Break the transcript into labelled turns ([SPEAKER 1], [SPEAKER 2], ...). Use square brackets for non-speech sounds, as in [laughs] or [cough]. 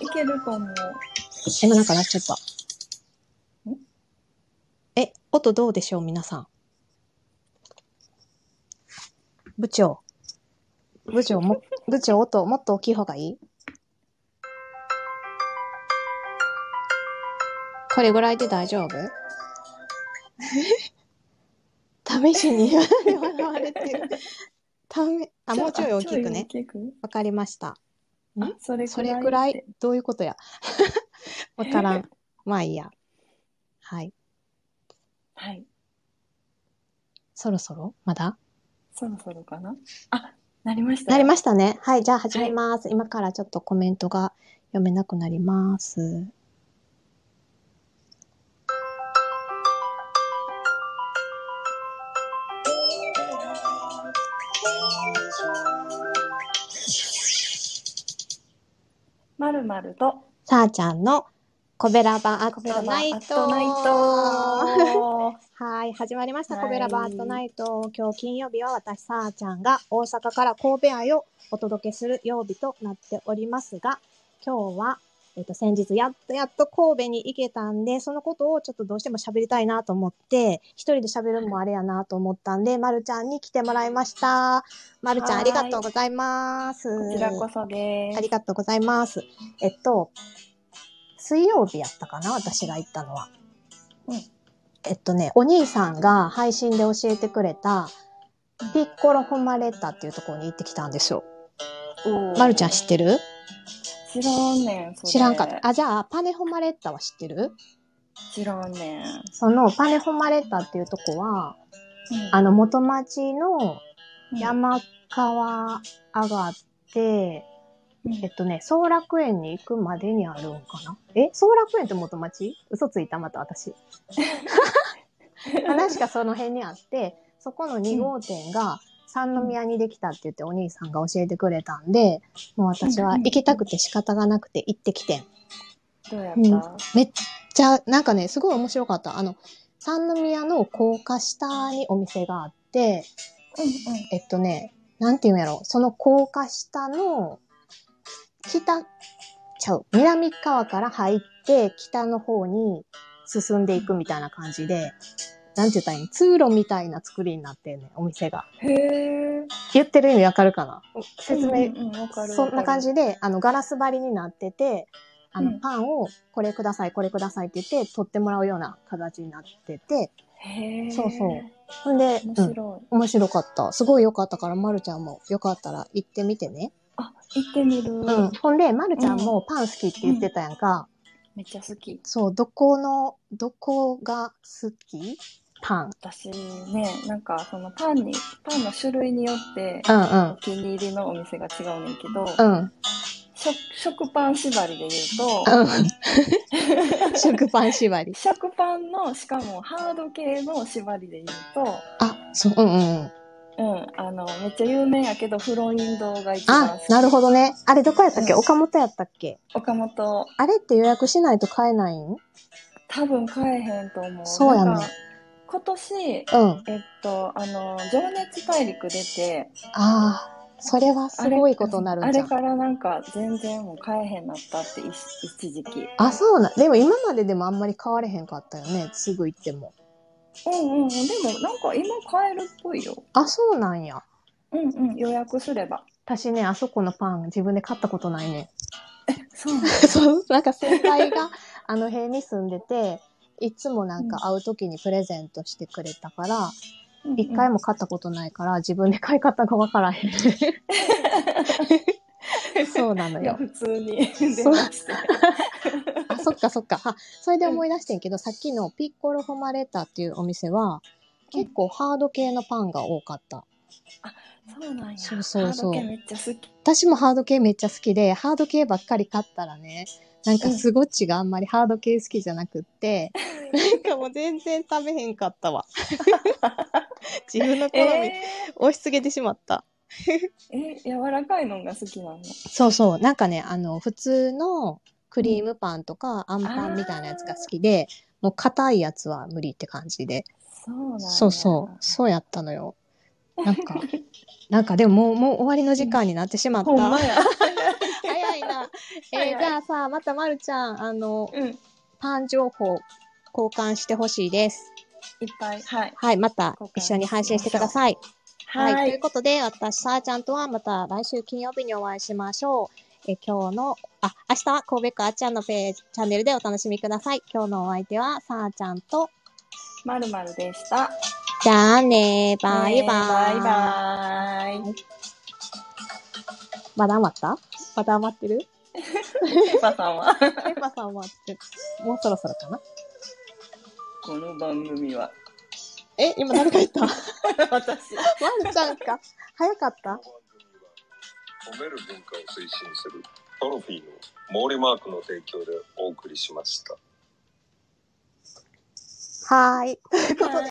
[SPEAKER 1] お、いけると思う。
[SPEAKER 2] 今なんかなっちゃった
[SPEAKER 1] ん。
[SPEAKER 2] え、音どうでしょう皆さん。部長。部長も、部長音もっと大きい方がいいこれぐらいで大丈夫 [laughs] 試しに [laughs] 笑われてる。ため、あ、もうちょい大きくね。
[SPEAKER 1] ちょい大きく
[SPEAKER 2] わかりました。
[SPEAKER 1] あ、それく
[SPEAKER 2] そ
[SPEAKER 1] らい
[SPEAKER 2] れ
[SPEAKER 1] って。
[SPEAKER 2] くらい、どういうことや。 [laughs] わから
[SPEAKER 1] [laughs]
[SPEAKER 2] ん。まあいいや。はい。
[SPEAKER 1] はい。
[SPEAKER 2] そろそろまだ
[SPEAKER 1] そろそろかなあ、なりました。
[SPEAKER 2] なりま
[SPEAKER 1] し
[SPEAKER 2] したね。はい、じゃあ始めます。今からちょっとコメントが読めなくなります。
[SPEAKER 1] まるまると、
[SPEAKER 2] さあちゃんのコベラバア
[SPEAKER 1] コ
[SPEAKER 2] ッ
[SPEAKER 1] ベラ
[SPEAKER 2] ト
[SPEAKER 1] バ
[SPEAKER 2] ナイ
[SPEAKER 1] ア
[SPEAKER 2] ト
[SPEAKER 1] ットナイト。
[SPEAKER 2] はい、始まりました。
[SPEAKER 1] はい
[SPEAKER 2] コベラバートナイト。今日金曜日は私、さあちゃんが大阪から神戸愛をお届けする曜日となっておりますが、今日は、えっ、と、先日やっとやっと神戸に行けたんで、そのことをちょっとどうしても喋りたいなと思って、一人で喋るのもあれやなと思ったんで、まるちゃんに来てもらいました。まるちゃん、
[SPEAKER 1] は
[SPEAKER 2] あ
[SPEAKER 1] ー
[SPEAKER 2] り
[SPEAKER 1] い
[SPEAKER 2] がとうございます。
[SPEAKER 1] こちらこそで
[SPEAKER 2] あ
[SPEAKER 1] す
[SPEAKER 2] り。がとうございます。えっと、水曜日やったかな私が行ったのは。
[SPEAKER 1] うん
[SPEAKER 2] えっとね、お兄さんが配信で教えてくれた、ピッコロホマレッタっていうところに行ってきたんですよ。
[SPEAKER 1] おー
[SPEAKER 2] まるちゃん知ってる
[SPEAKER 1] 知らんねん、それ
[SPEAKER 2] 知らんかった。あ、じゃあ、パネホマレッタは知ってる
[SPEAKER 1] 知らんねん。
[SPEAKER 2] そのパネホマレッタっていうとこは、あ
[SPEAKER 1] の、
[SPEAKER 2] の元町の
[SPEAKER 1] うん、
[SPEAKER 2] 山川上がって、
[SPEAKER 1] うん
[SPEAKER 2] えっとね、総楽園に行くまでにあるんかなえ総楽園って元町嘘ついたまた [laughs] 私。話がその辺にあって、そこの2号店が三宮にできたって言ってお兄さんが教えてくれたんで、もう私は行きたくて仕方がなくて行ってきてん。
[SPEAKER 1] どうやった、
[SPEAKER 2] じゃあ、なんかね、すごい面白かった。あの、三宮の高架下にお店があって、
[SPEAKER 1] うんうん、
[SPEAKER 2] えっとね、なんていうんやろ、その高架下の、北、ちゃう、南側から入って、北の方に進んでいくみたいな感じで、なんて言ったらいいん通路みたいな作りになってんねん、お店が。
[SPEAKER 1] へえ。
[SPEAKER 2] 言ってる意味わかるかな説
[SPEAKER 1] う
[SPEAKER 2] 明、
[SPEAKER 1] んうんうん、わかる
[SPEAKER 2] そんな感じ
[SPEAKER 1] わか
[SPEAKER 2] で、あの、ガラス張りになってて、あの、
[SPEAKER 1] うん
[SPEAKER 2] パンをこれください、これくださいって言って、取ってもらうような形になってて、
[SPEAKER 1] るへえ。
[SPEAKER 2] そうそうほんで、
[SPEAKER 1] 面
[SPEAKER 2] うん、
[SPEAKER 1] 白い。
[SPEAKER 2] 面白かった。すごい良かったから、まるちゃんもよかったら行ってみてね。
[SPEAKER 1] あ、行ってみる。
[SPEAKER 2] うん、ほんで、ま、るちゃんもパン好きって言ってたやんか、
[SPEAKER 1] めっちゃ好き。
[SPEAKER 2] そうどこのどこが好きパン
[SPEAKER 1] 私ね、なんかそのパンに、パンの種類によって、
[SPEAKER 2] うん
[SPEAKER 1] お気に入りのお店が違うねんけど、
[SPEAKER 2] うんうん [laughs]
[SPEAKER 1] 食食パン縛りで言うと、
[SPEAKER 2] うん食パン縛り
[SPEAKER 1] 食パンの、しかもハード系の縛りで言うと、
[SPEAKER 2] あそううんうんうん
[SPEAKER 1] うん、あの、めっちゃ有名やけど、フロインドが一番
[SPEAKER 2] あ
[SPEAKER 1] 好き。
[SPEAKER 2] なるほどねあれどこやったっけ、
[SPEAKER 1] うん
[SPEAKER 2] 岡本やったっけ
[SPEAKER 1] 岡本、
[SPEAKER 2] あれって予約しないと買えないん
[SPEAKER 1] 多分買えへんと思う。
[SPEAKER 2] そうやね
[SPEAKER 1] なんか今年、
[SPEAKER 2] うん
[SPEAKER 1] えっと、あの、情熱大陸出て、
[SPEAKER 2] あーそれはすごいことになるんじゃ
[SPEAKER 1] あれ
[SPEAKER 2] ん
[SPEAKER 1] からなんか全然もう買えへんなったって一一時期。
[SPEAKER 2] あそうなんでも今まででもあんまり買われへんかったよねすぐ行っても
[SPEAKER 1] うんうんうん。でもなんか今買えるっぽいよ。
[SPEAKER 2] あそうなんや
[SPEAKER 1] うんうん。予約すれば。
[SPEAKER 2] 私ねあそこのパン自分で買ったことないね
[SPEAKER 1] そうなん
[SPEAKER 2] [laughs] そう、なんか先輩 [laughs] があの辺に住んでて、いつもなんか会う時にプレゼントしてくれたから、一、回
[SPEAKER 1] も。
[SPEAKER 2] も買ったことないから、自分で買い方がわから [laughs] へん。そうなの
[SPEAKER 1] いや、
[SPEAKER 2] よ。
[SPEAKER 1] 普通に [laughs] 出
[SPEAKER 2] そう
[SPEAKER 1] まして。
[SPEAKER 2] あ、そっかそっか。あ、それで思い出してんけど、さっきのピッコロホマレタっていうお店は、結構ハード系のパンが多かった。
[SPEAKER 1] そうなんや。
[SPEAKER 2] そうそうそう
[SPEAKER 1] ハード系めっちゃ好き。
[SPEAKER 2] 私もハード系めっちゃ好きで、ハード系ばっかり買ったらね、なんかスゴッチがあんまりハード系好きじゃなくって、 [laughs] なんかもう全然食べへんか [laughs] ったわ。自分の好み、
[SPEAKER 1] え
[SPEAKER 2] 押し付けてしまった。
[SPEAKER 1] ー、え、柔らかいのが好きなの
[SPEAKER 2] そうそう、なんかね、あの、普通のクリームパンとか、あんパンみたいなやつが好きで、もう硬いやつは無理って感じで。
[SPEAKER 1] そうなんや
[SPEAKER 2] そうそう、そうやったのよ。なんか、なんかでももう、もう終わりの時間になってしまった。
[SPEAKER 1] ほんまや。
[SPEAKER 2] [laughs]
[SPEAKER 1] はい
[SPEAKER 2] えー
[SPEAKER 1] はい
[SPEAKER 2] じゃあさ、またまるちゃん、あの、
[SPEAKER 1] うん。いっ
[SPEAKER 2] パン情報交換してほしいです。
[SPEAKER 1] ぱい。はい。
[SPEAKER 2] はい、また
[SPEAKER 1] 交換
[SPEAKER 2] 一緒に配信してください。はい、
[SPEAKER 1] は
[SPEAKER 2] という
[SPEAKER 1] い。
[SPEAKER 2] ことで、私、さーちゃんとはまた来週金曜日にお会いしましょう。えー今日の、あ、明日は神戸区あっちゃんのページ、チャンネルでお楽しみください。今日のお相手は、さーちゃんと、
[SPEAKER 1] まるまるでした。
[SPEAKER 2] じゃあねー、バイバーイ。
[SPEAKER 1] バイバーイ。
[SPEAKER 2] まだ余ったまだ余ってる
[SPEAKER 1] ペッパさんは
[SPEAKER 2] ペッパさんはもうそろそろかな
[SPEAKER 1] この番組は
[SPEAKER 2] え、今誰か言った [laughs] ワ
[SPEAKER 1] [laughs] 私
[SPEAKER 2] ンちゃんか早かった
[SPEAKER 3] 褒める文化を推進するトロフィーの毛利マークの提供でお送りしました。
[SPEAKER 2] はーい。
[SPEAKER 1] はい